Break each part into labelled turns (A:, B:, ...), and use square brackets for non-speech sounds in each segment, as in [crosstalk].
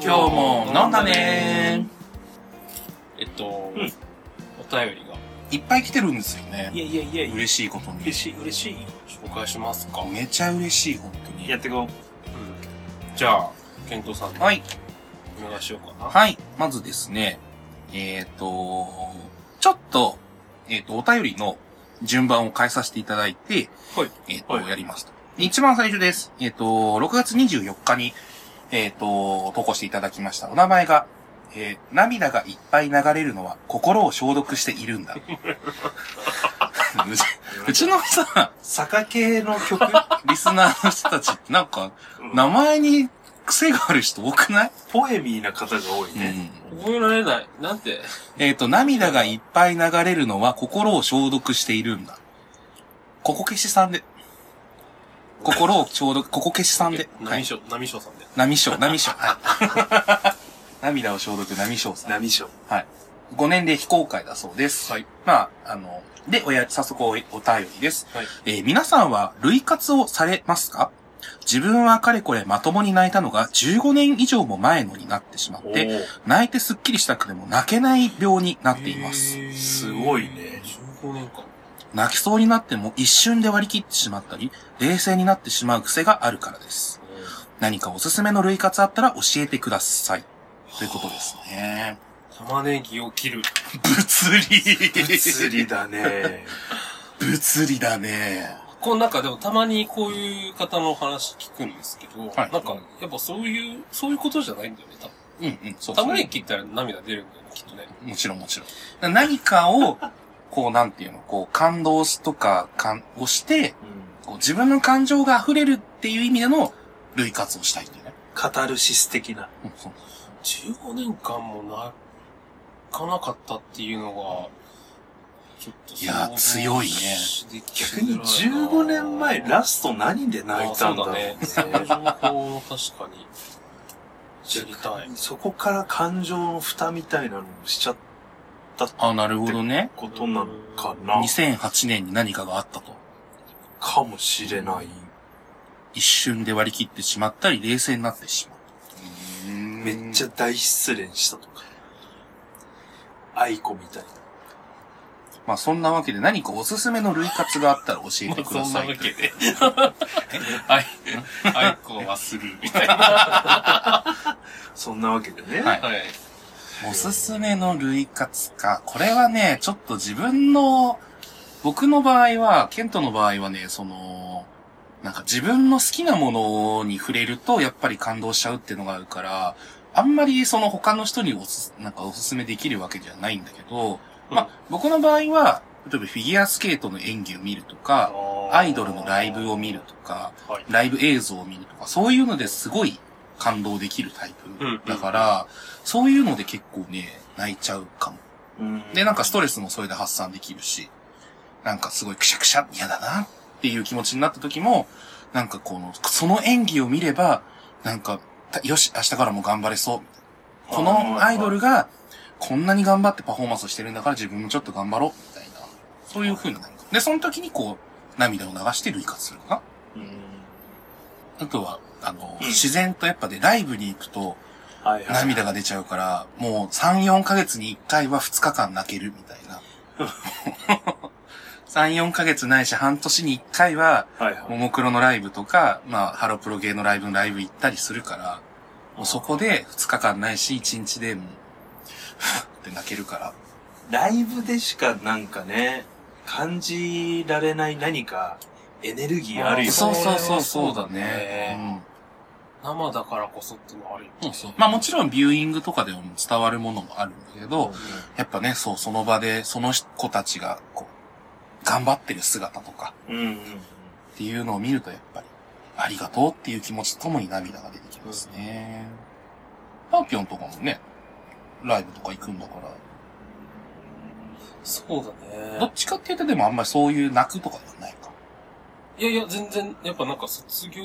A: 飲んだね
B: えっと、
A: うん
B: お便りが。
A: ーいっぱい来てるんですよね
B: い。やいやいやいや、
A: 嬉しいことに。
B: 嬉しい、嬉しい。紹介しますか。
A: めちゃ嬉しい、本当に。
C: やってこ
B: うんじゃあ、健闘さんに
A: はい。
B: お願いしようかな。
A: はい。まずですね、えっ、と、ちょっと、えっ、と、お便りの順番を変えさせていただいて、
B: はい
A: えっ、と、
C: はい
A: やりますと。で一番最初です。えっ、と、6月24日に、えっ、と、投稿していただきました。お名前が、えー涙がいっぱい流れるのは心を消毒しているんだ。 [laughs] うちうちのさ、酒系の曲、リスナーの人たちってなんか、
C: う。
A: 名前に癖がある人多くない、
C: ポエミーな方が多いね。
B: 覚えられない。なんて、
A: えっ、と、涙がいっぱい流れるのは心を消毒しているんだ。ここ消しさんで。心を消毒、ここ消しさんで。は
B: 波
A: い。
B: 章、波章さんで。
A: 波章、波章。はい。 [laughs] 涙を消毒、波章さん。
C: 波章。
A: 5年で非公開だそうです。
B: はい。
A: まあ、あの、で、おや、早速おお便りです。
B: はい
A: えー皆さんは、類活をされますか自分はかれこれまともに泣いたのが15年以上も前のになってしまっ
C: お
A: て、
C: ー
A: 泣いてすっきりしたくても泣けない病になっています。
B: へー
C: すごいね
B: 15年間。
A: 泣きそうになっても一瞬で割り切ってしまったり、冷静になってしまう癖があるからです。何かおすすめの類活あったら教えてください。ということです
B: [laughs]
A: ね。
B: 玉ねぎを切る。
A: 物理
C: 物理だね。
A: 物理だね。
B: こうなんかでもたまにこういう方の話聞くんですけど、
A: はい
B: なんかやっぱそういう、そういうことじゃないんだよね、多分。
A: うんうん、そうそう
B: 玉ねぎ切ったら涙出るんだよね、きっとね。
A: もちろんもちろん。な何かを、こうなんていうの、こう感動しとか、感をして、こう自分の感情が溢れるっていう意味での類活をしたいっていうね。
C: カタルシス的な。
A: うんそう
B: 15年間もな、かなかったっていうのが、ちょっと
A: いや強いね
B: ね
C: 逆に15年前、ラ
B: ス
C: スト何で泣いたんだろうね。
B: そうだね。その情報を確かに知りたい。
C: [laughs] そこから感情の蓋みたいなのをしちゃった
A: あ、なるほどね。
C: ことなのかな
A: 2008年に何かがあったと。
C: かもしれない。
A: 一瞬で割り切ってしまったり、冷静になってしまう。
C: めっち
A: ゃ。
C: ゃ大失恋したとか。愛子みたいな。
A: まあそんなわけで何かおすすめの類活があったら教え
B: ま
A: て
B: あ
A: く
B: そ
A: だ
B: んな
A: さ
B: わ
A: い。
B: けで。 [laughs] はい。アイコンはするみたいな。
C: そんなわけでね。
A: はい
B: はい。
A: おすすめの類活か。これはね、ちょっと自分の、僕の場合は、ケントの場合はね、その、なんか自分の好きなものに触れると、やっぱり感動しちゃうっていうのがあるから、あんまりその他の人におす、なんかおすすめできるわけじゃないんだけど、まあ、僕の場合は、例えばフィギュアスケートの演技を見るとか、アイドルのライブを見るとか、
B: はい
A: ライブ映像を見るとか、そういうのですごい感動できるタイ
B: うん
A: プだから、そういうので結構ね、泣いちゃうかも。
C: うん
A: で、なんかストレスもそれで発散できるし、なんかすごいくしゃくしゃ嫌だなっていう気持ちになった時も、なんかこの、その演技を見れば、なんか、たよし、明日からも頑張れそう。このアイドルが、こんなに頑張ってパフォーマンスしてるんだから自分もちょっと頑張ろう、みたいな。そういう風になるか。で、その時にこう、涙を流して類活するかな。
C: うん
A: あとは、あの、
C: うん
A: 自然とやっぱでライブに行くと
C: はいはい。
A: 涙が出ちゃうから、もう3、4ヶ月に1回は2日間泣けるみたいな。3、4ヶ月ないし半年に1回は、
C: はいはい。
A: ももクロのライブとか、まあ、ハロプロ系のライブのライブ行ったりするから、もうそこで2日間ないし1日でもう、 [laughs] ふっって泣けるから。
C: ライブでしかなんかね、感じられない何かエネルギーあるよね。
A: そうそうそう、
B: それ
A: そ
B: は
A: う
B: そ
A: だ
B: うだね
A: ね。
B: 生だからこそっていうのはあるよ
A: うん。
B: ね。
A: そうそうまあもちろんビューイングとかでも伝わるものもあるんだけど、やっぱね、そう、その場で、その子たちが、こう、頑張ってる姿とか
C: うんうん。
A: っていうのを見ると、やっぱり、ありがとうっていう気持ちとともに涙が出てきますね。パーピョンとかもね、ライブとか行くんだから、
B: そうだ
A: ど
B: ね
A: っ。ちかって言うとでもあんまりそういう泣くとかではないか。
B: いやいや、全然、やっぱなんか卒業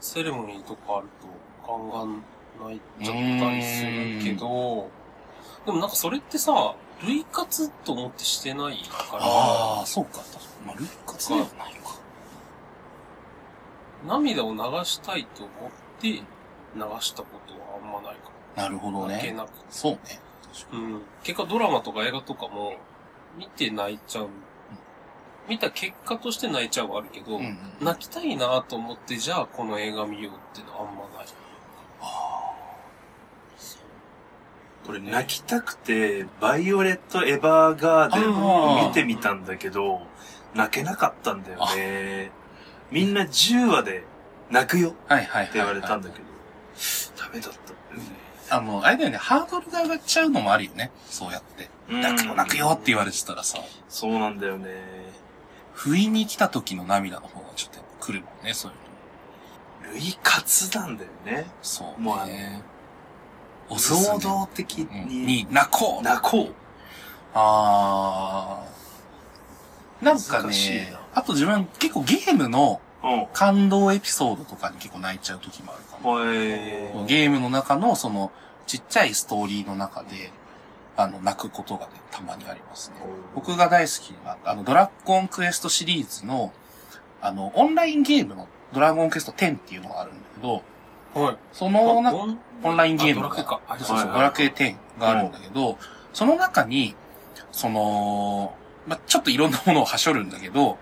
B: セレモニーとかあると、ガンガン泣いちゃったりするけど、でもなんかそれってさ、類活と思ってしてないか
A: ああ、そうか。確かにまあ、ルッカスではないか。
B: ら、涙を流したいと思って流したことはあんまないかも。
A: なるほど
B: 関係
A: ね。
B: なく。
A: そうね。
B: うん。結果ドラマとか映画とかも、見て泣いちゃう。見た結果として泣いちゃうはあるけど、
A: うんうん。
B: 泣きたいなと思って、じゃあこの映画見ようってのはあんまない。
C: これ泣きたくて、バイオレット・エヴァーガーデ
A: あ
C: ン
A: ー
C: 見てみたんだけど、泣けなかったんだよね。みんな10話で泣くよって
A: はいはいはいはい。
C: 言われたんだけど、ダメだった。
A: あの、あれだよね、ハードルが上がっちゃうのもあるよね。そうやって。泣くよ泣くよって言われてたらさ、
C: そうなんだよね。
A: 不意に来た時の涙の方がちょっとやっぱ来るもんね、そういうの。
C: 類活なんだよね。
A: そう、ね。
C: もうあの
A: おすすめ
C: 能動的
A: うん
C: に
A: に泣こう
C: 泣こう。
A: あー。なんか
C: 難しい
A: ね
C: な、
A: あと自分結構ゲームの
C: うん。
A: 感動エピソードとかに結構泣いちゃう時もあるかも。
C: はい。
A: ゲームの中のそのちっちゃいストーリーの中で、あの、泣くことがね、たまにありますね。僕が大好きな、あの、ドラゴンクエストシリーズの、あの、オンラインゲームのドラゴンクエスト10っていうのがあるんだけど、
B: はい。
A: その中
B: オン
A: オンラインゲーム
B: あドラクエか。あ
A: そうそう、
C: はい
A: ドラクエ10があるんだけど、その中に、その、まあ、ちょっといろんなものをはしょるんだけど、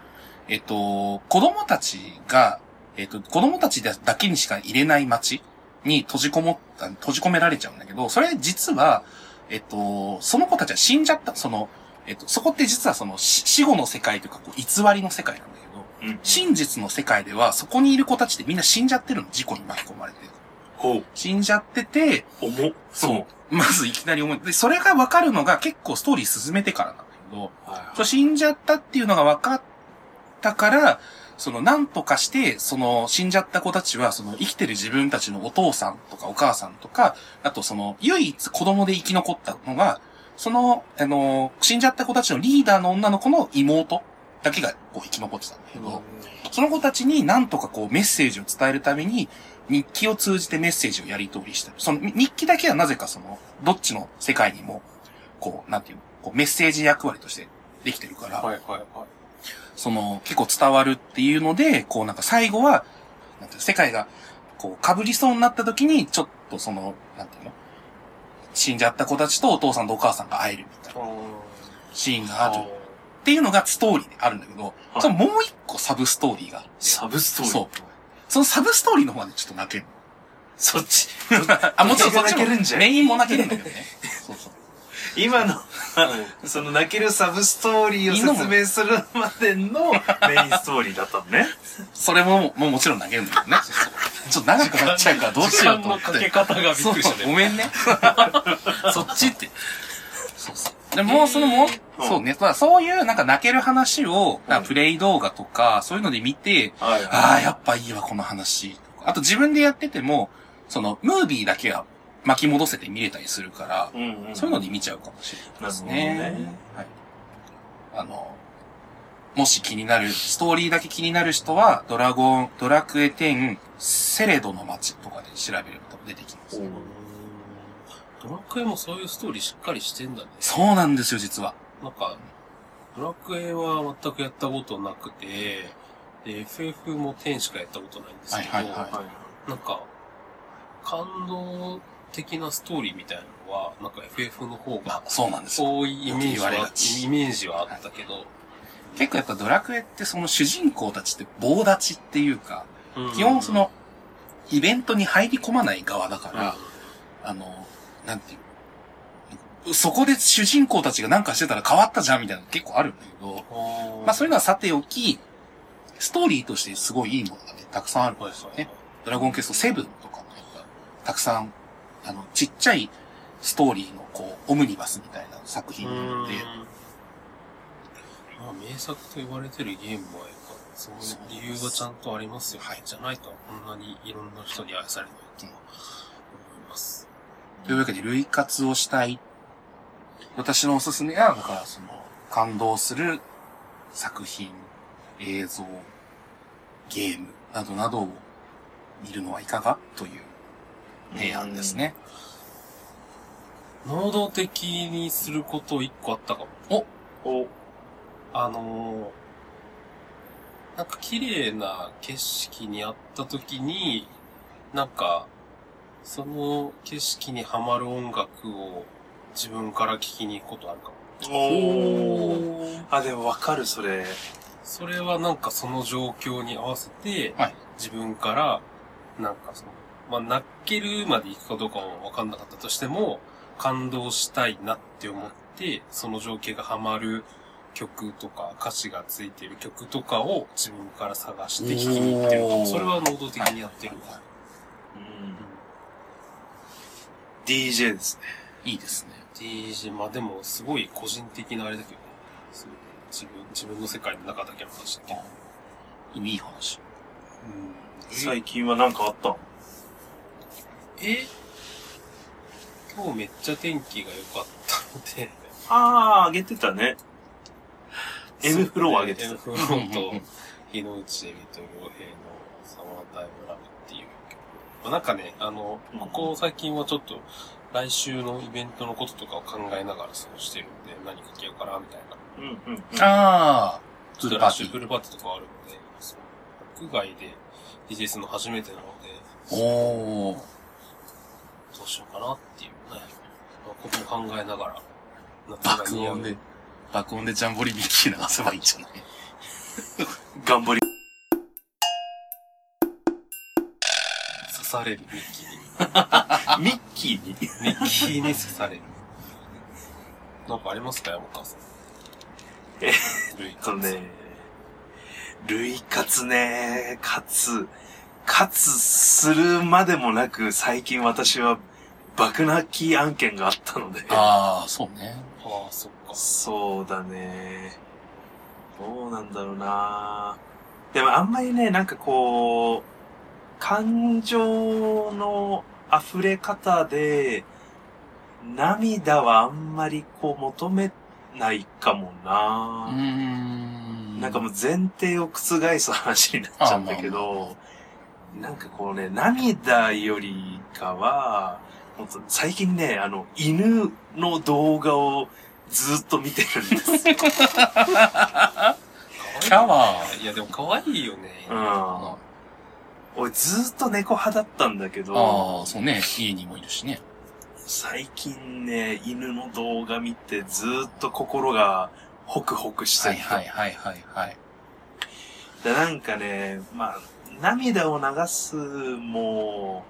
A: えっと、子供たちが、えっと、子供たちだけにしか入れない街に閉じこもった、閉じ込められちゃうんだけど、それ実は、えっと、その子たちは死んじゃった、その、えっと、そこって実はその死死後の世界というか、こう偽りの世界なんだけど、
C: うん
A: 真実の世界ではそこにいる子たちってみんな死んじゃってるの、事故に巻き込まれて。
C: ほう。
A: 死んじゃってて、
C: 重っ。
A: そう。まずいきなり思い。で、それが分かるのが結構ストーリー進めてからなんだけど、
C: は
A: そう死んじゃったっていうのが分かったから、その、なんとかして、その、死んじゃった子たちは、その、生きてる自分たちのお父さんとかお母さんとか、あとその、唯一子供で生き残ったのが、その、あの、死んじゃった子たちのリーダーの女の子の妹だけが、こう、生き残ってたんだけ
B: う
A: ど、
B: ん
A: その子たちになんとかこうメッセージを伝えるために、日記を通じてメッセージをやり取りしてる。そのみ日記だけはなぜかその、どっちの世界にも、こう、なんていうの、こうメッセージ役割としてできてるから、
B: はいはいはい。
A: その、結構伝わるっていうので、こうなんか最後は、なんていうの世界が、こう、被りそうになった時に、ちょっとその、なんていうの、死んじゃった子たちとお父さんとお母さんが会えるみたいなシーンがあるっていうのがストーリーであるんだけど、
C: はい
A: そのもう一個サブストーリーがあって、
C: サブストーリー。
A: そうそのサブストーリーの方はね、ちょっと泣ける。
C: そっち。
A: あ、もちろんそっち
C: 泣けるんじゃ
A: も
C: ん
A: メインも泣けるんだけどね。そうそう。
C: 今の、その泣けるサブストーリーを説明するまで [laughs] のメインストーリーだったのね。
A: それも、もうもちろん泣けるんだ [laughs] けどね。ちょっと長くなっちゃうからどうしようと思って。
B: 時間のかけ方がびっくりし
A: そ
B: た
A: う
B: ね。
A: ごめん [laughs] ね。そっちって。そうそう。でもうそのもう、
C: うん
A: そうね。まあそういうなんか泣ける話を、なんかプレイ動画とか、そういうので見て、
C: はい
A: ああ、やっぱいいわ、この話。とかあと自分でやってても、その、ムービーだけは巻き戻せて見れたりするから、
C: うんうん、
A: そういうので見ちゃうかもしれないですね。
C: なるほどね
A: はい。あの、もし気になる、ストーリーだけ気になる人は、ドラゴン、ドラクエ10、セレドの街とかで調べると出てきます。
B: ドラクエもそういうストーリーしっかりしてんだね。
A: そうなんですよ、実は。
B: なんか、ドラクエは全くやったことなくて、で、FF も10しかやったことないんですけど、
A: はいはいはい
C: はい
B: なんか、感動的なストーリーみたいなのは、なんか FF の方が
A: あ、そうなんですよ。
B: 多いイメージ
A: 言われが
B: は、
A: ち
B: イメージはあったけど、
A: 結構やっぱドラクエってその主人公たちって棒立ちっていうか、
B: うん
A: 基本そ、の、イベントに入り込まない側だから、あの、なんていう。そこで主人公たちがなんかしてたら変わったじゃんみたいなの結構あるんだけど、まあそういうのはさておき、ストーリーとしてすごいいいものがね、たくさんあるんですよね。ドラゴンクエスト7とかもやっぱ、たくさん、あの、ちっちゃいストーリーのこう、オムニバスみたいな作
B: う
A: 品
B: ん
A: なので、
B: まあ、名作と言われてるゲームはやっぱ、そういう理由はちゃんとありますよ。はい。じゃないと、こんなにいろんな人に愛されないと思います。
A: というわけで、類活をしたい。私のおすすめは、だからその、感動する作品、映像、ゲームなどなどを見るのはいかがという提案ですね。
B: 能動的にすること一個あったかも。
C: お、
B: あのー、なんか綺麗な景色にあった時に、なんか、その景色にはまる音楽を自分から聴きに行くことあるかも。
C: おー。あ、でもわかる、それ。
B: それはなんかその状況に合わせて、
A: はい
B: 自分から、なんかその、まあ、泣けるまで行くかどうかはわかんなかったとしても、感動したいなって思って、その情景がハマる曲とか、歌詞がついてる曲とかを自分から探して聴きに行ってるか
A: お
B: も。
A: ー
B: それは能動的にやってる。
C: うん。DJ ですね。
A: いいですね。
B: DJ、まあでもすごい個人的なあれだけどね。すごい自分、自分の世界の中だけの話だけど。
A: いい話。
B: うん
C: 最近はなんかあった
B: え今日めっちゃ天気が良かったの
C: [laughs]
B: で。
C: あー、あげてたね。M フロー上げてた
B: M フローと、日の内エビと両平のサマータイムラブっていう曲。まあなんかね、あの、
C: うん
B: ここ最近はちょっと、来週のイベントのこととかを考えながら過ごしてるんで、何かけようかな、みたいな。
C: うんうんうん。
A: ああ、
B: ちょっとラッシュフルパーティーとかあるので、そう屋外で DJ するの初めてなので、
A: おー。
B: どうしようかなっていうね、まあことも考えながら、夏が
A: 爆
B: 似合う
A: 音で、爆音でジャンボリミッキー流せばいいんじゃない
C: 頑張り。
B: 刺される、ミッキーに。
C: ミッキーに。
B: ミッキーに刺される。なんかありますか山川さん。
C: え
B: ルイ
C: えっとね、類活ね、かつ、かつするまでもなく、最近私は爆泣き案件があったので、
A: ああ、そうね。
B: ああ、そっか。
C: そうだね。どうなんだろうな。でもあんまりね、なんかこう、感情の溢れ方で、涙はあんまりこう求めないかもな。
A: うーん。
C: なんかもう前提を覆す話になっちゃうんだけど、なんかこうね、涙よりかは、ほんと最近ね、あの、犬の動画をずっと見てるん
A: [laughs]
C: ですよ。
B: キ
A: キャワ
B: ー。いや、でも可愛いよね。
C: う
A: あ
C: ん。俺ずっと猫派だったんだけ
A: あ
C: ど
A: ー、、そうね。家にもいるしね。
C: 最近ね、犬の動画見てずっと心がホクホクして
A: は
C: る
A: い。はいはいはいはい。
C: で、なんかね、まあ、涙を流すも、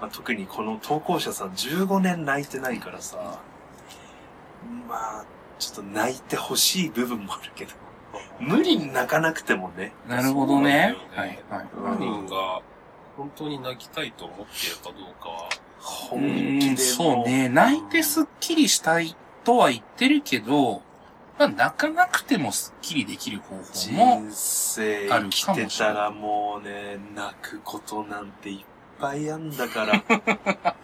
C: まあ、特にこの投稿者さん15年泣いてないからさ、まあ、ちょっと泣いてほしい部分もあるけど、無理に泣かなくてもね、
A: なるほどね。
B: そうな
A: は
B: んだよ
A: い
B: ね
A: はい。
B: 本人が本当に泣きたいと思ってるかどうか
A: う
B: は、
C: 本
A: ー
C: 気でも
A: ん、そう。ね。泣いてスッキリしたいとは言ってるけど、まあ、泣かなくてもスッキリできる方法も
C: 人生生きてたらもうね、泣くことなんていっぱいあんだから、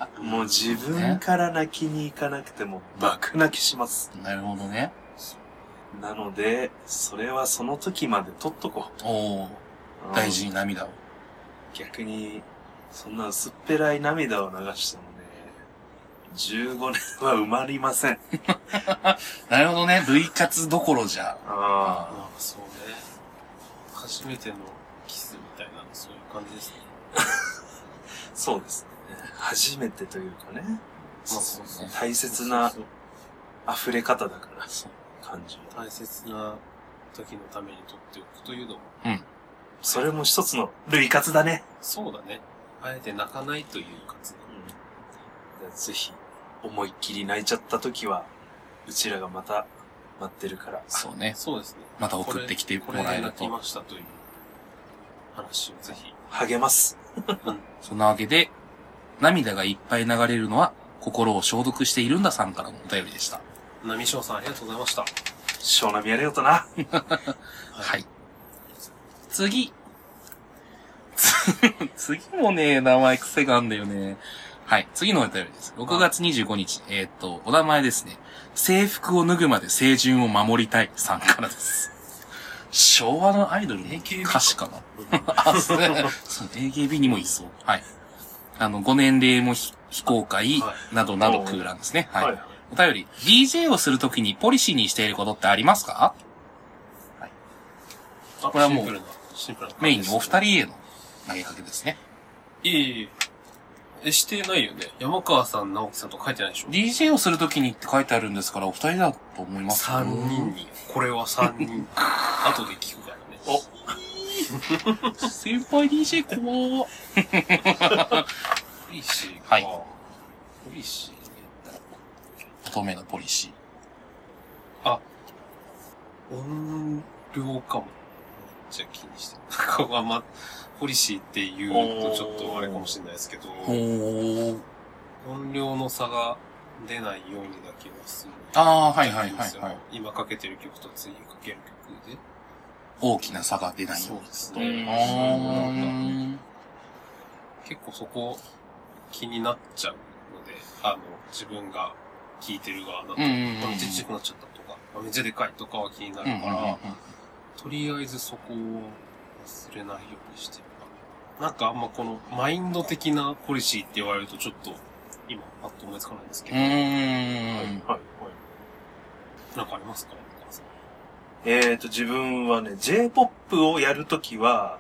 A: [laughs]
C: もう自分から泣きに行かなくても爆泣きします。
A: なるほどね。
C: なので、それはその時まで取っとこ
A: おお
C: う。
A: 大事に涙を。
C: 逆に、そんな薄っぺらい涙を流してもね、15年は埋まりません。
A: なるほどね。類活どころじゃ。
C: あ
B: なんかそうね、初めてのキスみたいな、そういう感じですね。
C: あ、そうですね。初めてというかね、
B: まあそうですね
C: 大切な
B: そうそう
C: 溢れ方だから、
A: そう
C: 感情。
B: そう大切な時のために取っておくというのも、
C: それも一つの類活だね。
B: そうだね。あえて泣かないという活動。
C: ぜひ、思いっきり泣いちゃった時は、うちらがまた待ってるから。
A: そうね。
B: そうですね。
A: また送ってきても
B: これこ
A: ら
B: れ
A: え
B: で
A: る
B: 泣き
A: と。
B: ましたという話をぜひ。
C: 励ます。
A: そんなわけで、涙がいっぱい流れるのは心を消毒しているんださんからのお便りでした。
B: ナミショウさんありがとうございました。
C: 湘南やれよとな。
A: はい。次。 [laughs] 次もね、名前癖があんだよね。はい。次のお便りです。6月25日。えーっと、お名前ですね。制服を脱ぐまで清純を守りたいさんからです。昭和のアイドルの歌詞かなあ、そうそう AKB にもいそう。はい。あの、ご年齢も非非公開
B: は
A: などなど空欄ですね。はい。
C: い。
A: お便り、DJ をするときにポリシーにしていることってありますか
B: あ
A: これはもう
B: シンプルな、シンプルな感じですね。
A: メインのお二人への投げかけですね。
B: いえいえいえ。え、してないよね。山川さん、直樹さんと書いてないでしょ
A: DJ をするときにって書いてあるんですから、お二人だと思いますけど。
B: 三人に。これは三
A: [laughs]
B: 人。後で聞くからね。
C: お
A: 先輩 DJ 怖っ
B: ポリシーか。
A: はい
B: ポリシーね。
A: 乙女のポリシ
B: 音量かも。めっちゃ気にしてる。 [laughs] なんかまあんま、ポリシーって言うとちょっとあれかもしれないですけど、
A: ー。おー。
B: 音量の差が出ないようにだけはする。
A: ああ、はいはいはいはい。
B: 今かけてる曲と次にかける曲で。
A: 大きな差が出ない
B: そ
A: よ
B: うです
A: うに。
B: ね。
A: あ
B: なんか
A: ー
B: 結構そこ気になっちゃうので、あの、自分が聴いてる側だと、
A: うんうんうん
B: あめっちゃちっちゃくなっちゃったとか、あめっちゃでかいとかは気になるから、とりあえずそこを忘れないようにしてるかな。なんかあんまこのマインド的なポリシーって言われるとちょっと今パッと思いつかないんですけ
A: う
B: ど、
A: ーん。
C: はい。
B: なんかありますかお母さん
C: えっと、自分はね、J-POP をやるときは、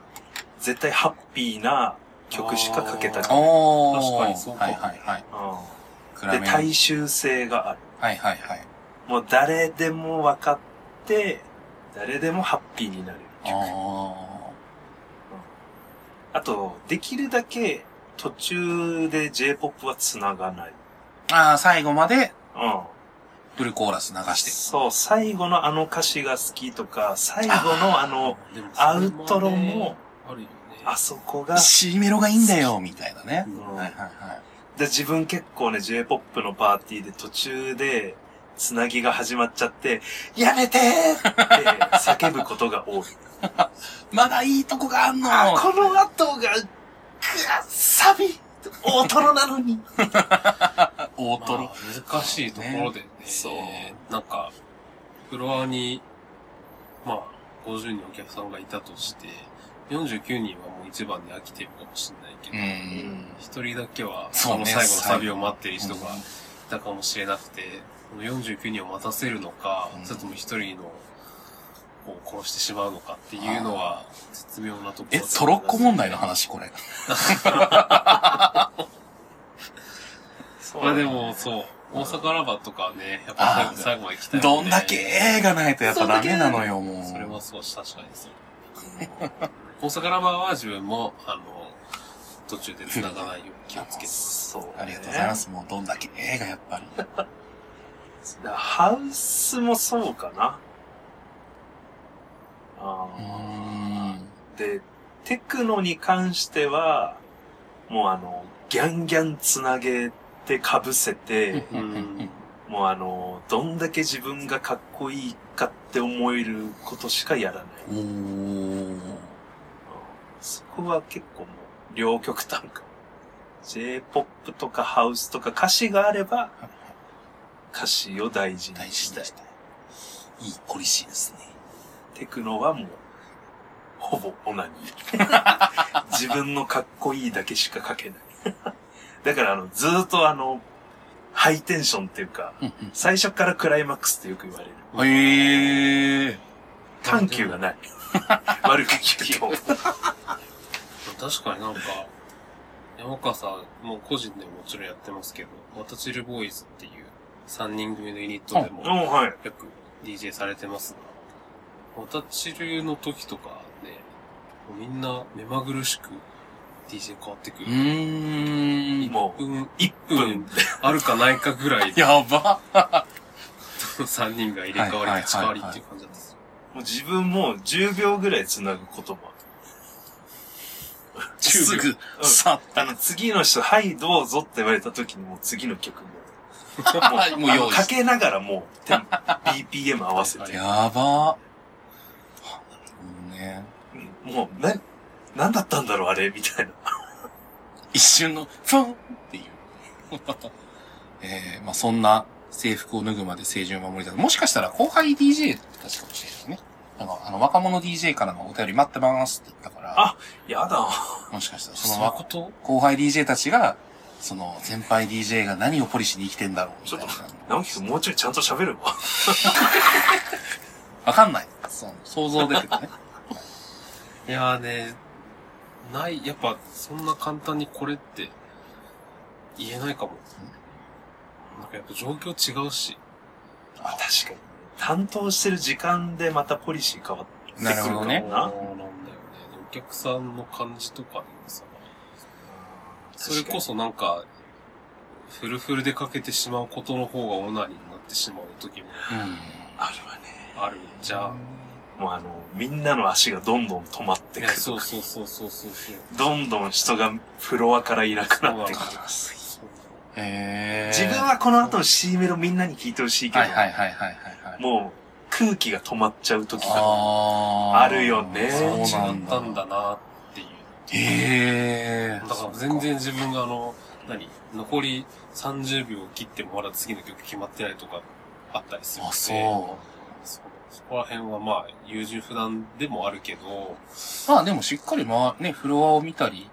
C: 絶対ハッピーな曲しかかけたくない。
A: おー。
B: 確かにそうか
A: はいはいはい。
C: うん
A: 暗
C: で、
A: めの
C: 大衆性がある。
A: はいはいはい。
C: もう誰でも分かって、誰でもハッピーになれる
A: あ
C: 曲。あと、できるだけ途中で J-POP は繋がない。
A: ーあー、最後まで
C: うん。
A: フルコーラス流して。
C: そう、最後のあの歌詞が好きとか、最後のあの、
B: でもそれ
C: ア
B: はね
C: ウトロも、
B: あるよね。
C: あそこが、
A: C メロがいいんだよ、みたいなね
B: う。ん
A: はいはいはい。
C: で自分結構ね、J-POP のパーティーで途中で、つなぎが始まっちゃって、やめてーって叫ぶことが
A: [laughs]
C: 多い。
A: まだいいとこがあんの
C: あ、この後が、くわサビ大トロなのに
A: 大ト
B: ま
A: ロ。
B: あ難しいところでね。
C: そう
B: なんか、フロアに、まあ、50人お客さんがいたとして、49人はもう一番で飽きてるかもしれないけ
A: う
B: ど、
A: ん。
B: 一、人だけは、
A: そうね
B: の最後のサビを待ってる人が
A: うん
B: いたかもしれなくて、この49人を待たせるのか、
A: うん
B: それとも一人の、を殺してしまうのかっていうのは、絶妙なところ
A: え、トロッコ問題の話これ。
C: そ
B: まあでも、そう、大阪ラバーとかはね、やっぱ
A: あー
B: 最後まで行きたいも
A: ど
B: ね
A: んだけ映画ないとやっぱダメなのよ、もう。
B: それはそう、確かにそう。大阪ラバーは自分も、あの、途中で繋がないように気をつけてます。
C: そう、
A: ありがとうございま。す。もうどんだけ映画やっぱり。
C: だからハウスもそうかな。あ
A: うー
C: ー
A: ん。
C: で、テクノに関しては、もうあの、ギャンギャンつなげて被せて、
A: うん
B: うん
C: もうあの、どんだけ自分がかっこいいかって思えることしかやらない。
A: おー。
C: そこは結構もう、両極端か。J-POP とかハウスとか歌詞があれば、歌詞を大事に
A: 大
C: し
A: 事
C: たい
A: に。したい。いいポリシーですね。
C: テクノはもう、ほぼオナニー。自分のかっこいいだけしか書けない。だからあの、ずーっとあの、ハイテンションっていうか、最初からクライマックスってよく言われる。
A: へえ。
C: 緩急がない。悪く聞くと。
B: 確かになんか、山川さんも個人でももちろんやってますけど、ワタチルボーイズっていう3人組のユニットでも、
C: うん、はい。
B: よく DJ されてますが、ワタチルの時とかね、もうみんな目まぐるしく DJ 変わってく
A: う
B: る。
A: ーん。
C: も
B: 1分、
C: 1
B: 1分あるかないかぐらいで
A: やば。
B: 3人が入れ替わり、立ち替わりっていう感じなんですよ。
C: もう自分もう10秒ぐらい繋ぐこともある
A: す
B: 10秒
A: ぐ、さっ
C: あの、次の人、はい、どうぞって言われた時にもう次の曲も。
A: もう用意
C: あのかけながらもう、テン BPM 合わせ
B: は
C: て
B: い
A: て。。やば。うんね。
C: うんもう、ね、何だったんだろう、あれ、みたいな。
A: 一瞬の、フンっていう。 [laughs] えー、まあそんな制服を脱ぐまで青春を守りたい。もしかしたら後輩 DJ たちかもしれないね。なんか、あの、若者 DJ からのお便り待ってますって言ったから、
C: あやだ。
A: もしかしたらそ
B: そ
A: の
B: のこ
A: 若
B: と
A: 後輩 DJ たちが、その先輩 DJ が何をポリシーに生きてんだろうみたいな
C: ち。直樹くん、もうちょいちゃんと喋るわ。
A: わかんない。そう想像だけ [laughs] どね。
B: いやーね、ない、やっぱそんな簡単にこれって言えないかも。なんかやっぱ状況違うし。
C: まあ確かに。担当してる時間でまたポリシー変わってくる
A: な
C: か
A: る
C: も
A: ほどね
B: そうな
C: なん
B: だよね。でお客さんの感じとかでもさ、それこ。そなんか、フルフルでかけてしまうことの方がオナニーになってしまう時も
A: う
C: あるわね。
B: あるじゃん。
C: もうあの、みんなの足がどんどん止まって
B: い
C: く
B: や
C: る。
B: そうそうそうそうそうそう。
C: どんどん人がフロアからいなくなってくる。
B: そう
A: へえ
C: 自分はこの後の C メロみんなに聞いてほしいけど、
A: はいはいはいはいはいはい。
C: もう空気が止まっちゃう時が。
A: あー
C: あるよね
A: そう
B: そう
A: な
B: 違
A: ん
B: った
A: だ。
B: んだなっていう。
A: へえ
B: だから全然自分があの、何残り30秒切ってもまだ次の曲決まってないとかあったりするんで。
A: あ、そ
B: そそこら辺はまあ、優柔不断でもあるけど、
A: う。まあでもしっかりまあね、フロアを見たり、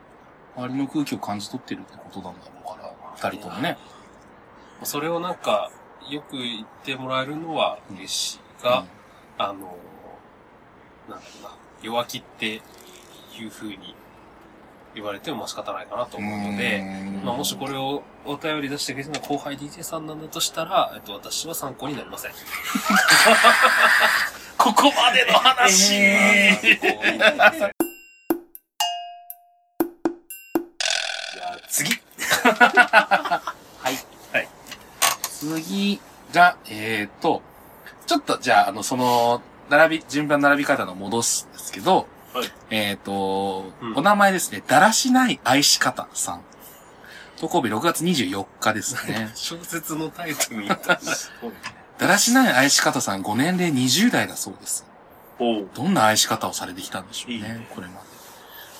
A: 周りの空気を感じ取ってるってことなんだろうから、二人ともね。
B: それをなんか、よく言ってもらえるのは嬉しいが、
A: うん
B: あの、なんだろうな、弱気っていう風に言われてもまあ仕方ないかなと思うので、
A: うん
B: まあ、もしこれをお便り出してくれてるのは後輩 DJ さんなんだとしたら、えっと、私は参考になりません。ここまでの話、
A: え
B: 参考になりません
C: じゃあ
A: [laughs]
C: 次
A: 次が、えーと、ちょっとじゃあ、あの、その、並び、順番並び方の戻すんですけど、
C: はい
A: えーと、
B: うん。
A: お名前ですね、だらしない愛し方さん。投稿日6月24日ですね
C: [laughs]
B: 小説のタイトルみたい。
A: だらしない愛し方さん、ご年齢20代だそうです。
C: おう
A: どんな愛し方をされてきたんでしょうね、
C: いいね
A: これまで。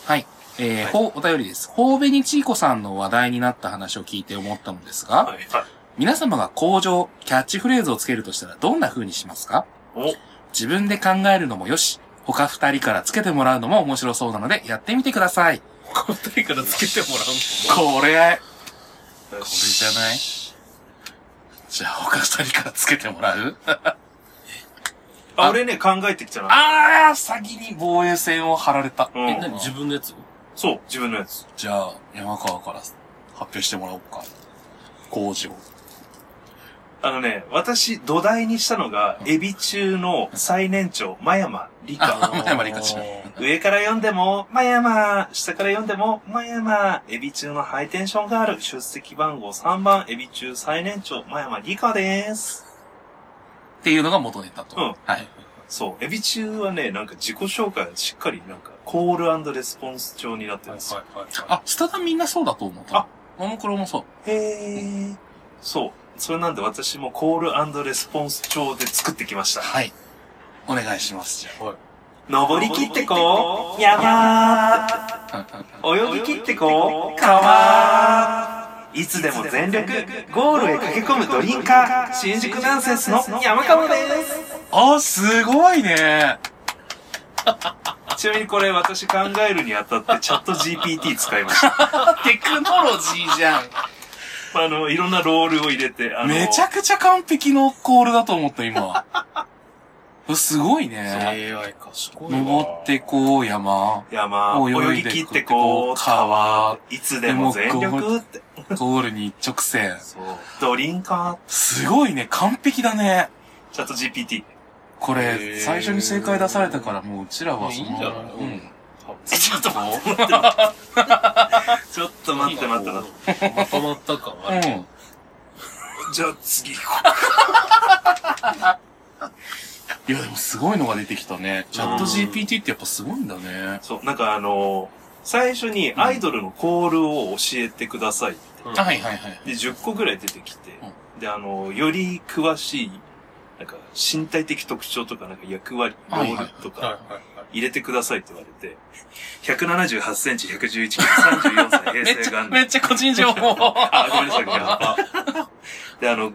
A: はい。えー
B: はい
A: ほうお便りです。ほうべにちいこさんの話題になった話を聞いて思ったのですが、
C: はいはい。
A: 皆様が向上、キャッチフレーズをつけるとしたらどんな風にしますか
C: お
A: 自分で考えるのもよし、他二人からつけてもらうのも面白そうなので、やってみてください。
B: 答えからつけてもらう
A: これ、
C: これ
A: じゃないじゃあ他二人からつけてもらう
C: あ、俺ね、考えてきたな。
A: あー、先に防衛線を張られた。
C: うん
B: え、何自分のやつ
C: そう、自分のやつ。
A: じゃあ、山川から発表してもらおうか。工場。
C: あのね、私、土台にしたのが、エビ中の最年長、真山理
A: あ
C: 香。
A: 真山理香ちゃん
C: 上から読んでも、真山、下から読んでも、真山、エビ中のハイテンションガール、出席番号3番、エビ中最年長、真山理香です。
A: っていうのが元ネタと。
C: うん
A: はい。
C: そう、エビ中はね、なんか自己紹介がしっかり、なんか、コールレスポンス調になってるんですよ。
B: はいはい。
A: あ、スタダみんなそうだと思った。
C: あ、
A: ももクロもそう。
C: へー。そう。それなんで私もコールレスポンス調で作ってきました。
A: はい。お願いします、じゃ
C: 登り切ってこう山泳ぎ切ってこう川いつでも全力ゴールへ駆け込むドリンカー新宿ダンセスの山川です
A: あ。あ、すごいね。
C: ちなみにこれ私考えるにあたってチャット GPT 使いま [laughs] した。
A: テクノロジーじゃん。
C: あの、いろんなロールを入れて、あの、
A: めちゃくちゃ完璧のコールだと思った、今。すごいね。
B: AI 賢いわ。
A: 登ってこう、山。
C: 山、泳ぎ切ってこう
A: 川。
C: いつでも全力って。
A: ゴールに一直線。
C: そう。ドリンカ
A: すごいね、完璧だね。
C: ー、チャット GPT。
A: こ
B: へ
A: れ、
B: ー
A: 最初に正解出されたから、もううちらはその、
B: いいんじゃない
A: うん。
B: 多分
C: ちょっと待って。ちょっと待って待って待って。
B: って。まとまった感あ
A: う
B: る。
A: ん。
C: じゃあ次行こ
A: い
C: う。
A: や、でもすごいのが出てきたね。チャット GPT ってやっぱすごいんだね。
C: そう、なんかあのー最初にアイドルのコールを教えてください。
B: うん
A: はいはいはい。
C: で、10個ぐらい出てきて、で、あのーより詳しい、なんか身体的特徴とか、なんか役割、ロ
A: はいはいはい
C: ールと
B: はいは
C: か、
B: いはい。
C: 入れてくださいって言われて、178センチ、111キロ、34歳、
A: [laughs]
C: 平
A: めっち
C: 成
A: ゃ、めっ
C: 元年。
A: ちゃ個人情報。
C: [laughs] あ、ごめんなさい、ごめんなさい。で、あの、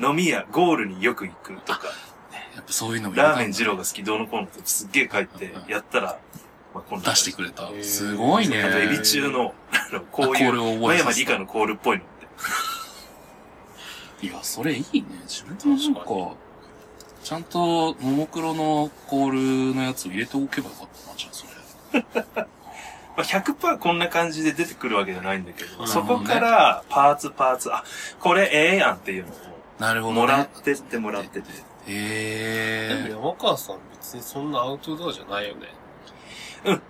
C: 飲み屋、ゴールによく行くとか、
A: [laughs] やっぱそういうのもやり
C: ラー
A: た
C: メ
A: い
C: ン
A: んだ
C: 二郎が好き、どうのこうのってすっげえ書いて、やったら、まあ、こんな
A: 出してくれた
B: へ。ー
A: すごいね。
C: あと、エビ中の、あの、こうい
A: あコー
C: う、
A: ルを
C: 真
A: 覚え
C: 山
A: させ
C: 理科
A: た。
C: のコールっぽいのって。
A: いや、それいいね。自分でもなんか、ちゃんと、ももクロのコールのやつを入れておけばよかったな、じゃあ、それ。
C: まあ、100%こんな感じで出てくるわけじゃないんだけど、
B: うん
C: そこからパーツパーツ、あ、これええやんっていうの
A: なるほど、
C: を
A: ね。
C: もらってってもらってて。
A: へ
B: で
A: え。
B: も山川さん別にそんなアウトドアじゃないよね。
C: うん。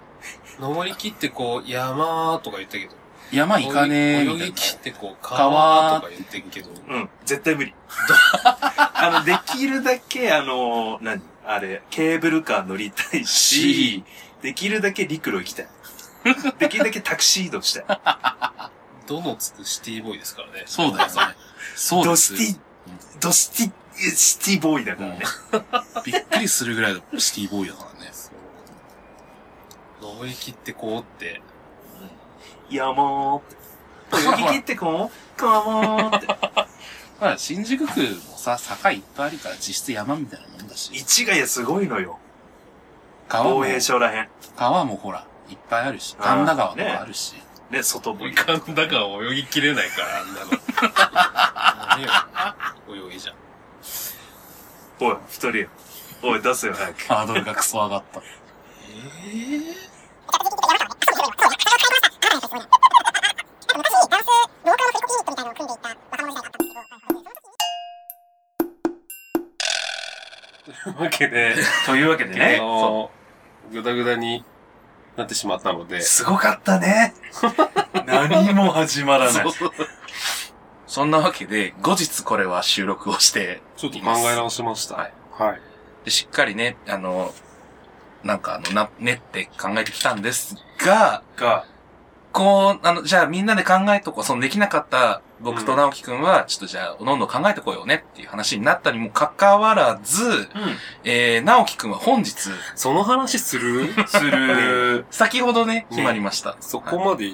B: 登り切ってこう、山とか言ったけど。
A: 山行かねえみたいな。
B: 泳ぎ切ってこう、川とか言ってるけど。
C: うん、絶対 [laughs] 無理。あの、できるだけ、あの、何あれ、ケーブルカー乗りたいし、できるだけ陸路行きたい。できるだけタクシー移動したい。 [laughs]
B: どのつくシティボーイですからね。
A: そうだよね。そう
C: ド
A: です。
C: スティ、ドスティ、シティボーイだからね。
A: うんびっくりするぐらいのシティボーイだからね。
B: そう登り切ってこうって。
C: 山ーって。泳ぎ切ってこ [laughs] う、かもーって。
A: まあ、新宿区もさ、坂いっぱいあるから実質山みたいなもんだし。
C: 市ヶ谷すごいのよ。
A: 川も
C: 防、衛省らへん。
A: 川もほら、いっぱいあるし、
C: あー
A: 神田川とかあるし。
C: ね、外
B: もう
C: 堀。
B: 神田川泳ぎきれないから、あんなの。ダメよ。泳ぎじゃん。
C: おい、一人よ。おい、出せよ、早く。 [laughs]
A: ハードルがクソ上がった。
B: ええというわけで、
C: というわけで
B: あ
C: ね、
B: の、ぐだぐだになってしまったので、
C: すごかったね。
A: [laughs]
C: 何も始まらない。
A: そんなわけで、後日これは収録をして、
B: ちょっと考え直しました。
A: はい。
B: はい。
A: でしっかりね、あの、なんかあの、な、ねって考えてきたんですが、
C: が、
A: こう、あの、じゃあみんなで考えとこう、そのできなかった僕と直樹くんは、ちょっとじゃあ、おのんどん考えてこようねっていう話になったにもかかわらず、えー、直樹くんは本日、
B: その話する
C: する。
A: 先ほどね、決まりました。
B: [laughs] そこまで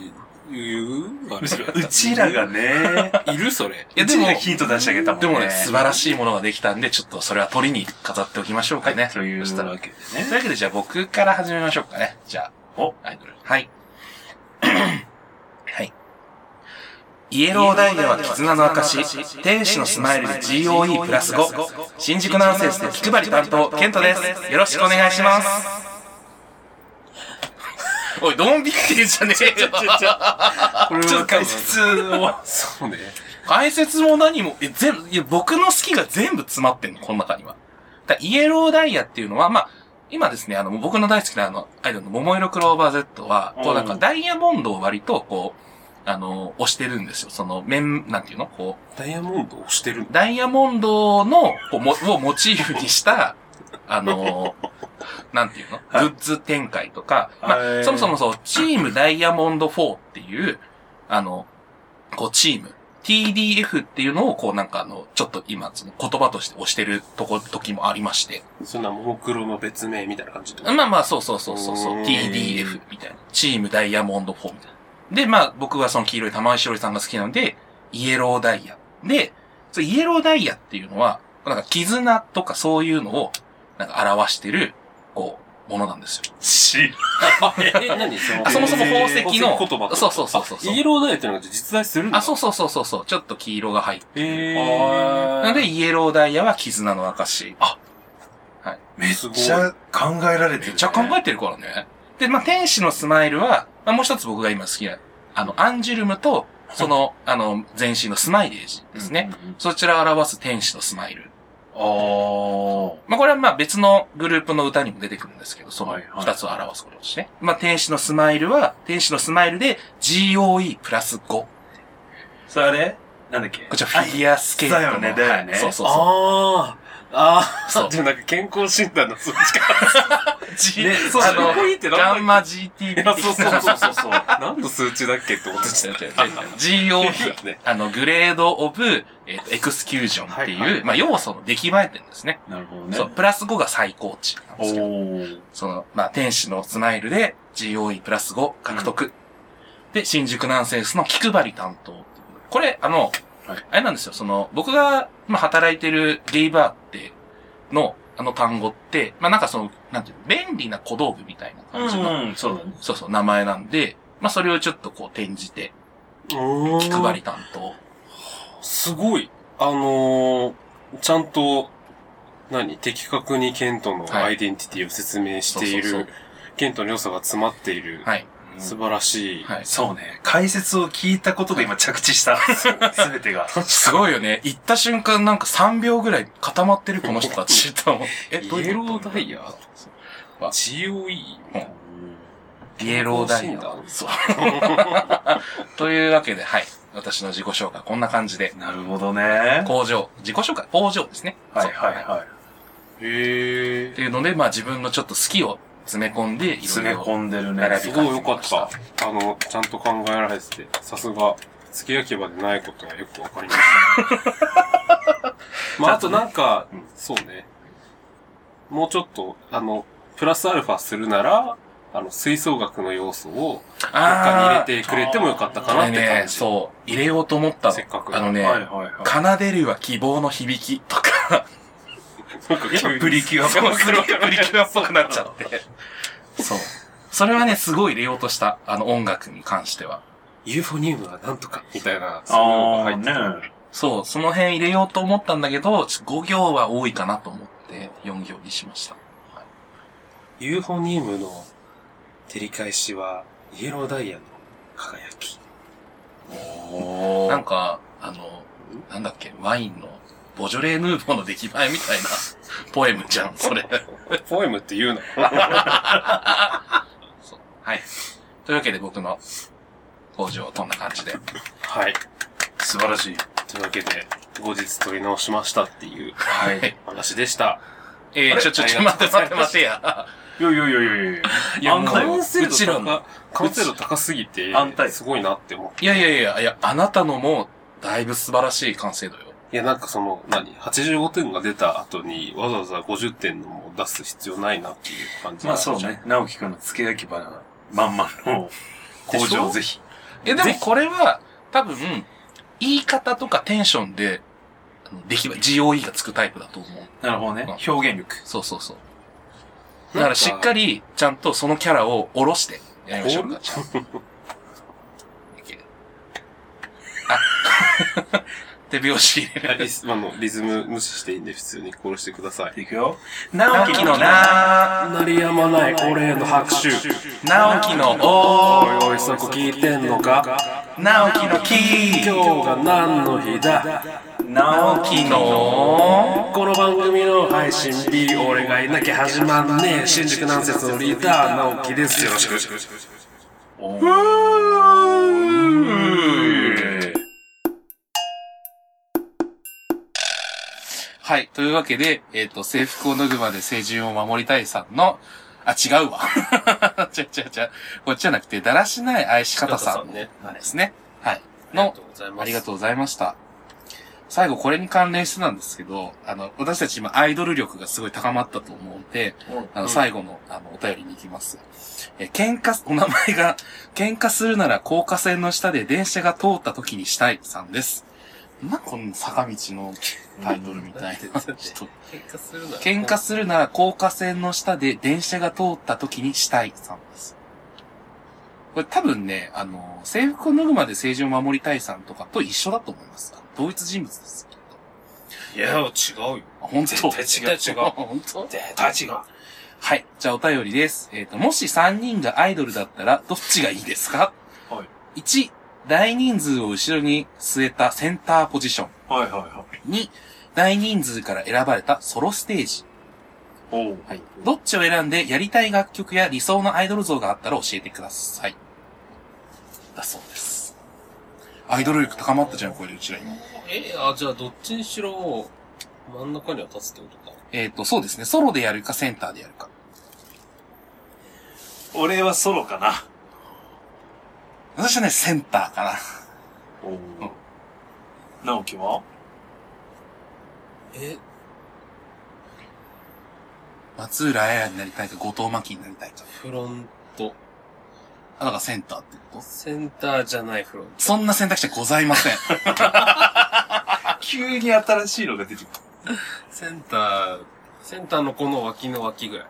B: 言うあれ
C: うちらがね、
B: いるそれ。
A: いや、で
C: うち
A: も
C: らが、ヒント出してあげたもん
A: で
C: ね。
A: もね、素晴らしいものができたんで、ちょっとそれは鳥に飾っておきましょうかね。
C: という
A: そしたら
C: わけで
A: という
C: ね。
A: わけで、じゃあ僕から始めましょうかね。じゃあ。
C: お
A: アイドル。はい。はい。イエローダイヤは絆の証、天使のスマイルで GOE プラス5、新宿ナンセンスで気配り担当、ケントです。よろしくお願いします。おい、ドンビって言うじゃねえよ。
C: これ
A: ちょっ
C: は
A: と解
C: 解
A: 説
C: 説を。
B: そうね。
A: 解説も何も、え、全部、いや、僕の好きが全部詰まってんの、この中には。だイエローダイヤっていうのは、まあ、今ですね、あの、僕の大好きなあの、アイドルの桃色クローバー Z は、こ
C: う
A: う、
C: ん
A: なんか、ダイヤモンドを割と、こう、あの、押してるんですよ。その、面、なんていうのこ
B: ダイヤモンドを押してる
A: う、ダイヤモンドの、こう、も、をモチーフに
C: [laughs]
A: した、あの、なんていうの
C: はい
A: グッズ展開とか、まあ
C: はい
A: そもそもそう、チームダイヤモンド4っていう、あの、こう、チーム。TDF っていうのを、こうなんかあの、ちょっと今、その言葉として押してるとこ、時もありまして。
B: そんなモモクロの別名みたいな感じってこと
A: まあまあ、そうそうそうそうそうう、
B: ん
A: TDF みたいな。チームダイヤモンド4みたいな。で、まあ、僕はその黄色い玉井しおりさんが好きなので、イエローダイヤ。で、そのイエローダイヤっていうのは、なんか絆とかそういうのを、なんか表してる、こう、ものなんですよ。
C: し、
B: え、何その
A: あそもそも宝
B: 宝
A: 石
B: 石
A: の、
B: 言葉
A: そうそうそうそうそう。
B: イエローダイヤってのが実在するんだ。
A: あ、そうそうそうそうそう。ちょっと黄色が入って。
B: へー。
A: なので、イエローダイヤは絆の証。あ、
C: めっ
B: すごい
C: ちゃ考えられてるね。
A: めっちゃ考えてるからね。で、まあ、天使のスマイルは、まあ、もう一つ僕が今好きな、あの、アンジュルムと、その、あの、全身のスマイレージですね。
C: うんうんうん。
A: そちらを表す天使のスマイル。
C: あ
A: まあ、これはまあ別のグループの歌にも出てくるんですけど、その
C: はいはい
A: 二つを表すこととして。まあ、天使のスマイルは、天使のスマイルで GOE プラス5。こ
C: ー。それあれなんだっけ
A: ちらフィギュアスケートの。
C: だよねだよね
A: はいそうそうそう。
B: あー。あー。
A: そう
B: じゃあなんか健康診断
A: [laughs]
B: の数値か。
C: ねそう
A: あ
C: だ
A: の
C: ね。
B: こいいってなんだっ
A: ガ
B: け
A: ンマ GT 的な。
B: そうそうそうそうそう。
A: 違
B: 何の数値だっけってことして
A: う違う違う GOE、
C: [laughs]
B: ね。
A: あの、グレードオブ、えっとエクスキュージョンっていう、
C: はいはい
A: まあ、要素の出来栄え点ですね。
C: なるほど
A: そう、プラス5が最高値なんですけど、
C: ー。
A: その、まあ、天使のスマイルで GOE プラス5獲得。で、新宿ナンセンスの気配り担当っていうことで。これ、あの、
C: はい
A: あれなんですよ、その、僕が、まあ、働いてるゲイバーって、の、あの単語って、まあ、なんかその、なんていうの、便利な小道具みたいな感じの、
C: うん、そうだね。
A: そうそう、名前なんで、まあ、それをちょっとこう転じて、[laughs]
B: 気
A: 気配り担当。
B: すごい。あのー、ちゃんと、何的確にケントの
A: はい
B: アイデンティティを説明してい
A: そうそう
B: る。ケントの良さが詰まっている
A: はい。
B: 素晴らしい。
A: はい。
C: そうね。解説を聞いたことで今着地した。すべて [laughs] が。
A: すごいよね。行った瞬間なんか3秒ぐらい固まってるこの人たちと思って。え、どう
B: イ
A: い
B: エ
A: う
B: ロ
A: こと
B: ーダイヤ
A: あ
B: ?GOE?
A: うんイエローダイヤ
B: 健康診断
A: そう。というわけで、はい。私の自己紹介、こんな感じで。
C: なるほどね。はい
A: 工場、自己紹介、工場ですね。
C: はい
A: そう
C: は
B: へえ
A: って。いうので、まあ自分のちょっと好きを詰め込んで、い
C: い。
A: ろい
C: 詰め
A: ろ
C: 込んでる
A: 並
C: ね
A: び。
B: すごい良かった。あの、ちゃんと考えられてて、さすが、付け焼き場でないことがよくわかりました。まあ、あとなんか、そうね。もうちょっと、あの、プラスアルファするなら、あの、吹奏楽の要素を、中に入れ
A: あー
B: てくれてもよかったか
A: こ
B: な
A: れ
B: って感
A: ね、
B: じ。
A: そう、入れようと思ったの
B: せっかく
A: あのね、
C: はいはいはい。
A: 奏でるは希望の響きとか、
B: なんか
C: やっ
B: 急
C: ぱ
B: に
C: プリキュアっぽ
A: そう
C: く
A: すごい [laughs] プリキュアっぽくなっちゃって。そう。それはね、すごい入れようとした。あの音楽に関しては。
B: [laughs] ユーフォニウムはなんとか、みたいな、そういうの
C: あ
B: が
C: あ
B: 入ってた
C: ー、ね
A: そう、その辺入れようと思ったんだけど、ちょ5行は多いかなと思って、4行にしました。
B: ユーフォニウムの照り返しは、イエローダイヤの輝き。
C: お
A: なんか、あの、なんだっけ、ワインの、ボジョレーヌーボーの出来栄えみたいな、ポエムじゃん、それ。
B: ポエムって言うの
A: そうはい。というわけで僕の工場はこんな感じで。
B: はい。
A: 素晴らしい。
B: というわけで、後日取り直しましたっていう
A: はい。
B: 話でした。
A: えー、ちょ、ちょ、ちょ、待って待って待ってや。
C: いやいやいやいやいや。
A: いや、
C: あん
A: も
C: たよ
A: う、う
B: 完成
A: ちら
B: 度
A: の。
B: 高、完成度高すぎて
C: 安泰、
B: すごいなって思う。
A: いやいやいや、いや、あなたのも、だいぶ素晴らしい完成度よ。
B: いや、なんかその、何 ?85 点が出た後に、わざわざ50点のも出す必要ないなっていう感じ
C: まあそうね。直樹くんの付け焼き場のまんまの
B: で
C: 工
B: しょ
C: 場ぜひ。
A: え、で
C: ぜ
A: も
C: ひ
A: これは、多分、言い方とかテンションで、あの出来栄え、GOE がつくタイプだと思う。
C: なるほどね。表現力。
A: そうそうそう。だからしっかり、ちゃんとそのキャラを下ろして、やりましょう
B: ボー
A: か
B: ル。
A: あ、 [laughs] 手拍子入れる。
B: リスあの、リズム無視していいんで、普通に殺してください。
C: いくよ。直樹のな
B: 鳴りやまない俺への拍手。
A: 直樹のおー、
B: おいおい、そこ聞いてんのか
A: 直樹のキー、
B: 今日が何の日だ
C: 直
A: 直
C: 樹
A: 樹の
B: この番組の配信日俺がいなきゃ始まんねえ新宿南節のリーダー直樹ですよろしく
A: はい。というわけで、えっ、と、制服を脱ぐまで成人を守りたいさんの、あ、違うわ。 [laughs] 違う違う違う。こっちじゃなくて、だらしない愛し方さんの
B: ね
A: あれですね。はい。の、
B: うござい
A: ありがとうございました。最後、これに関連してなんですけど、あの、私たち今、アイドル力がすごい高まったと思うんで、あ
B: う
A: の、
B: ん
A: 最後の、あの、お便りに行きます。え、喧嘩、 [laughs] お名前が、喧嘩するなら高架線の下で電車が通った時にしたいさんです。なんかこの坂道のタイトルみたいな。 [laughs] ちょっと
B: 喧嘩するな
A: 喧嘩するなら高架線の下で電車が通った時にしたいさんです。これ多分ね、あの、制服を脱ぐまで政治を守りたいさんとかと一緒だと思います。同一人物です。きっと
B: いや違うよ
A: あ本当
B: 絶対違う
A: 絶対 [laughs] 本当
B: 絶対違う
A: はい。じゃあお便りです。えっ、と、もし3人がアイドルだったら、どっちがいいですか。
C: はい
A: 1、大人数を後ろに据えたセンターポジション。
C: はいはいはい。
A: 2、大人数から選ばれたソロステージ。
C: おう。
A: はい。どっちを選んでやりたい楽曲や理想のアイドル像があったら教えてください。だそうです。アイドル力高まったじゃん、これでうちら今。
B: えあじゃあどっちにしろ真ん中には立つってことか
A: えっ、と、そうですね。ソロでやるか、センターでやるか。
C: 俺はソロかな。
A: 私はね、センターかな。
C: おう。直樹は
B: え
A: 松浦彩になりたいか、後藤真希になりたいか。
B: フロント
A: あ、だからセンターってこと
B: センターじゃないフロン
A: そんな選択肢はございません。
C: 急に新しいのが出てくる。
B: トセンターセンターのこの脇の脇ぐらい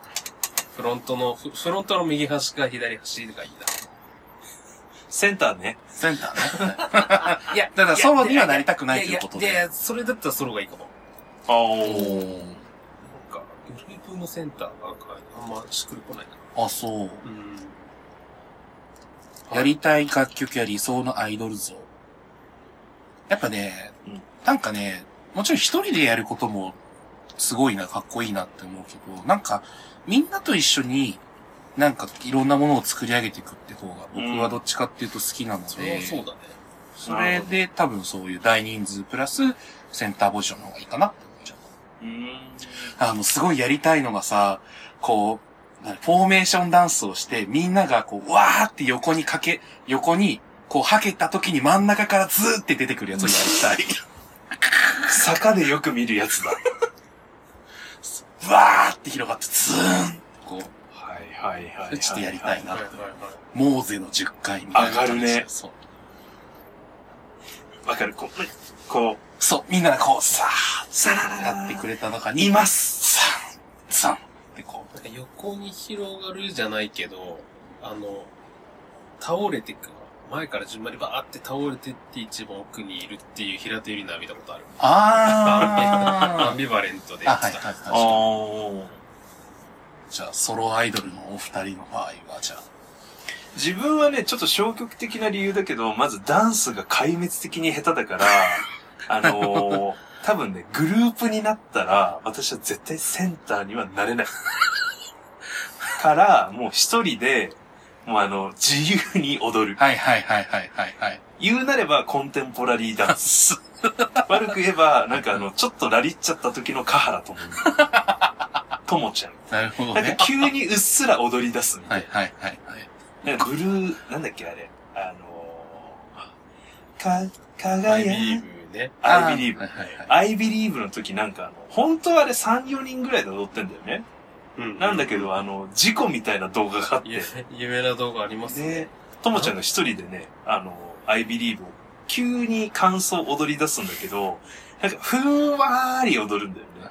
B: フロントのフフロントの右端か左端がいいな
C: センターね。
A: センターね。
B: いや、
A: ただ
B: いや
A: ソロにはなりたくない
B: やや
A: ということで
B: いやいや、それだったらソロがいいかも。
C: おう。
B: なんか、グループのセンターがなんか、あんましっくりこないな。
A: あ、そう。
B: うん。はい
A: やりたい楽曲や理想のアイドル像。やっぱね、
C: うん
A: なんかね、もちろん一人でやることもすごいな、かっこいいなって思うけど、なんかみんなと一緒になんかいろんなものを作り上げていくって方が僕はどっちかっていうと好きなの
B: それ
A: で、
B: はそうだね。
A: それで多分そういう大人数プラスセンターポジションの方がいいかなって思っちゃう。
C: うん。
A: あの、すごいやりたいのがさ、こう、なフォーメーションダンスをして、みんながこう、わーって横にかけ、横に、こう、はけた時に真ん中からズーって出てくるやつをやりたい。
C: 坂でよく見るやつだ。 [laughs]
A: わーって広がって、ズーンってこう、
C: はいはいはいはい。
A: ちょっとやりたいな
B: はい
A: っ
B: はい
A: て。
B: はい。
A: モーゼの10回みたいな感じ。
C: 上がるね
A: そう。
C: わかる、こう、こ
A: そう、みんながこう、さー
C: う、さらら
A: やってくれた中に、
C: います
A: さん、さんってこ
C: [laughs]
B: なんか横に広がるじゃないけど、あの、倒れてくの。前から順番にバーって倒れてって一番奥にいるっていう平手ゆりな見たことある。
A: う。
B: ア
A: あ
B: ン
A: ー。
B: ビバレントで
A: あ、
B: やって
A: はい、
B: た。
A: はい、
C: あ
A: はい。
C: ー
A: じゃあ、ソロアイドルのお二人の場合は、じゃあ、
C: 自分はね、ちょっと消極的な理由だけど、まずダンスが壊滅的に下手だから、あのー、多分ね、グループになったら、私は絶対センターにはなれない。から、もう一人で、もうあの、自由に踊る。
A: はいはいはいはいはいはい。
C: 言うなればコンテンポラリーダン
A: [laughs]
C: ス。
A: す
C: 悪く言えば、なんかあの、ちょっとラリっちゃった時のカハラとも。ともちゃん。
A: なるほど
C: なん
A: ね
C: か。急にうっすら踊り出すみた
A: はいいはいはいはい。
C: な。なんかブルー、なんだっけあれ。あのー、か、
B: アイビ
C: 輝
B: ー
C: く。
B: ブね。
C: I believe.
A: はいはいはい。
C: I believe の時なんかあの、本当はあれ3、4人ぐらいで踊ってんだよね。
B: うん
C: なんだけど、あの、事故みたいな動画があっ
B: いや
C: て。
B: 有名な動画あります
C: で
B: ね。、
C: ともちゃんが一人でね、あの、I believe を急に感想踊り出すんだけど、なんかふんわーり踊るんだよね。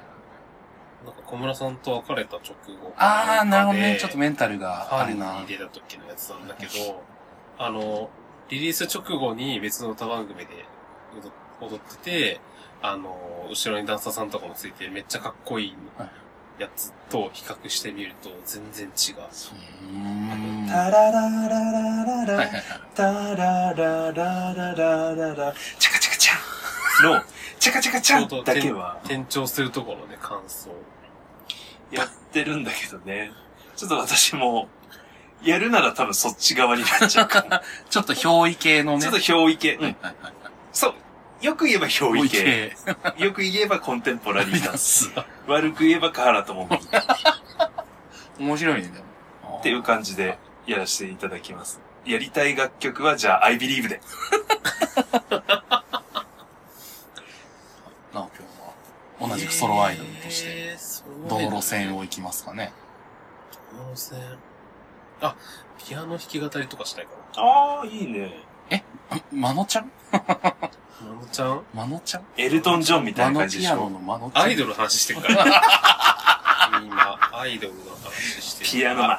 B: なんか小村さんと別れた直後
A: あー、なるほど
B: なんか
A: ね。
B: で
A: ちょっとメンタル
B: フ
A: があ
B: ァ
A: る
B: ン
A: な
B: に。出た時のやつなんだけど、あの、リリース直後に別の歌番組で踊踊ってて、あの、後ろにダンサーさんとかもついてめっちゃかっこいい
A: はい
B: やつと比較してみると全然違う。
A: うーん。はい
C: タラララララ
A: はい
C: ラ、
A: はい。
C: タラララララララ、チャカチャカチャンの、チャカチャカチャンだけは
B: 転調するところね、感想。
C: やってるんだけどね。ちょっと私も、やるなら多分そっち側になっちゃう [laughs] かも。
A: ちょっと憑依系のね。
C: ちょっと憑依系。う
A: はい
C: ん。
A: はいはい。
C: そう。よく言えば憑
A: 憑
C: 依
A: 依
C: 系。
A: 系。
C: よく言えばコンテンポラリ [laughs] ーダンス。
A: す。
C: 悪く言えばカハラともっ
A: 面白いね、でも。
C: ていう感じでやらせていただきます。やりたい楽曲はじゃあ I believe で。
A: なお今日は、同じくソロアイドルとして、
B: えー、ソロ
A: ど
B: アイドル
A: の路線を行きますかね。
B: どの路線あ、ピアノ弾き語りとかしたいか
C: ああ、いいね。
A: まのちゃん
B: な。まのちゃん
A: まのちゃん
C: エルトン・ジョンみた
A: ま
C: いな
A: の
C: 感じで
A: ピ
C: し
A: ア
C: ょ
A: ノ。のまのちゃん。
B: アイドルの話して
A: [laughs]
B: るから。今、アイドルの話してる。
C: ピアノマ
B: ア
C: ン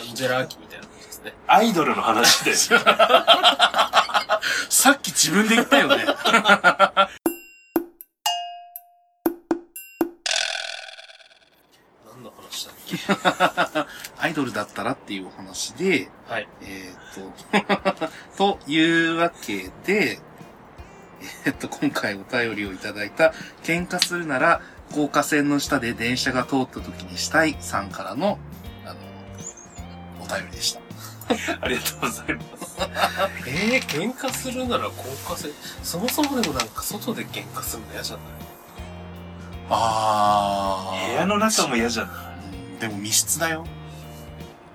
B: ンジェラ・アキみたいな感じですね。
C: アイドルの話 [laughs] で。
A: さっき自分で言ったよね。
B: 何の話だっけ
A: アイドルだったらっていうお話で、
B: はい。
A: えー、と、 [laughs] というわけで、えーっと、今回お便りをいただいた、喧嘩するなら、高架線の下で電車が通った時にしたいさんからの、あの、お便りでした。
C: ありがとうございます。
B: えー、喧嘩するなら高架線。そもそもでもなんか外で喧嘩するの嫌じゃない
A: あ
C: 部屋の中も嫌じゃな
A: うんでも密室だよ。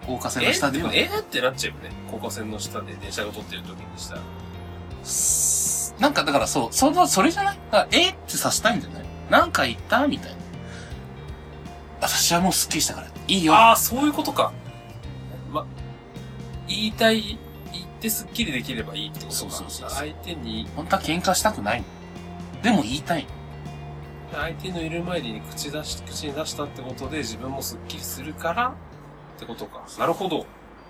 A: 高架線
B: え
A: の下
B: ー、
A: で
B: で
A: は
B: も、えーってなっちゃうよね。高架線の下で電車が通ってる時にしたら。
A: すなんかだからそう、その、それじゃないだからえーってさせたいんじゃないなんか言ったみたいな。私はもうスッキリしたから、いいよ。
B: ああ、そういうことか。ま、言いたい、言ってスッキリできればいいってことか。
A: そうそうそうそう
B: 相手に、
A: 本当は喧嘩したくないの。でも言いたいの。
B: 相手のいる前に口出し、口に出したってことで自分もスッキリするからってことか。なるほど。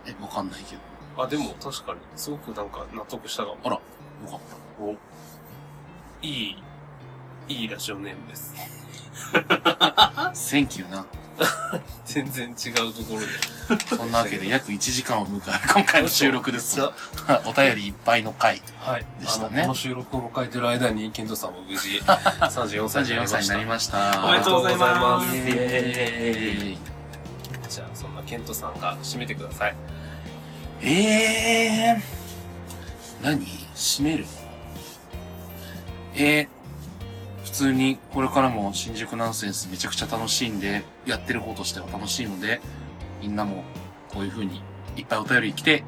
A: え、わかんないけど。
B: あ、でも確かに、すごくなんか納得したかも。
A: あらよかっ
B: いい、いいラジオネームです。 [laughs]
A: た。センキューな。
B: 全然違うところで。
A: そんなわけで約1時間を迎える今回の収録です。
B: は
A: [laughs] お便りいっぱいの回。
B: い。
A: でしたね
B: あのこの収録を迎えてる間に、ケントさんも無事、34歳にな
A: 34
B: りま
A: 歳
B: し
A: に
B: た。
A: なりました。
C: おめでとうございます
A: イエーイ
B: じゃあ、そんなケントさんが締めてください。
A: えー、何閉めるえー、普通にこれからも新宿ナンセンスめちゃくちゃ楽しいんで、やってる方としては楽しいので、みんなもこういう風にいっぱいお便り来て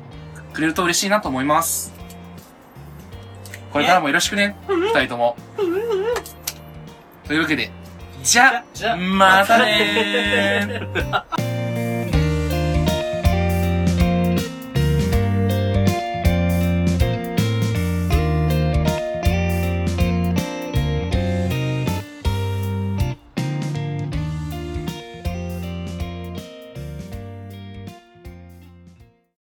A: くれると嬉しいなと思います。これからもよろしくね、二人とも。というわけで、じゃ
B: じゃ
A: あ、またねー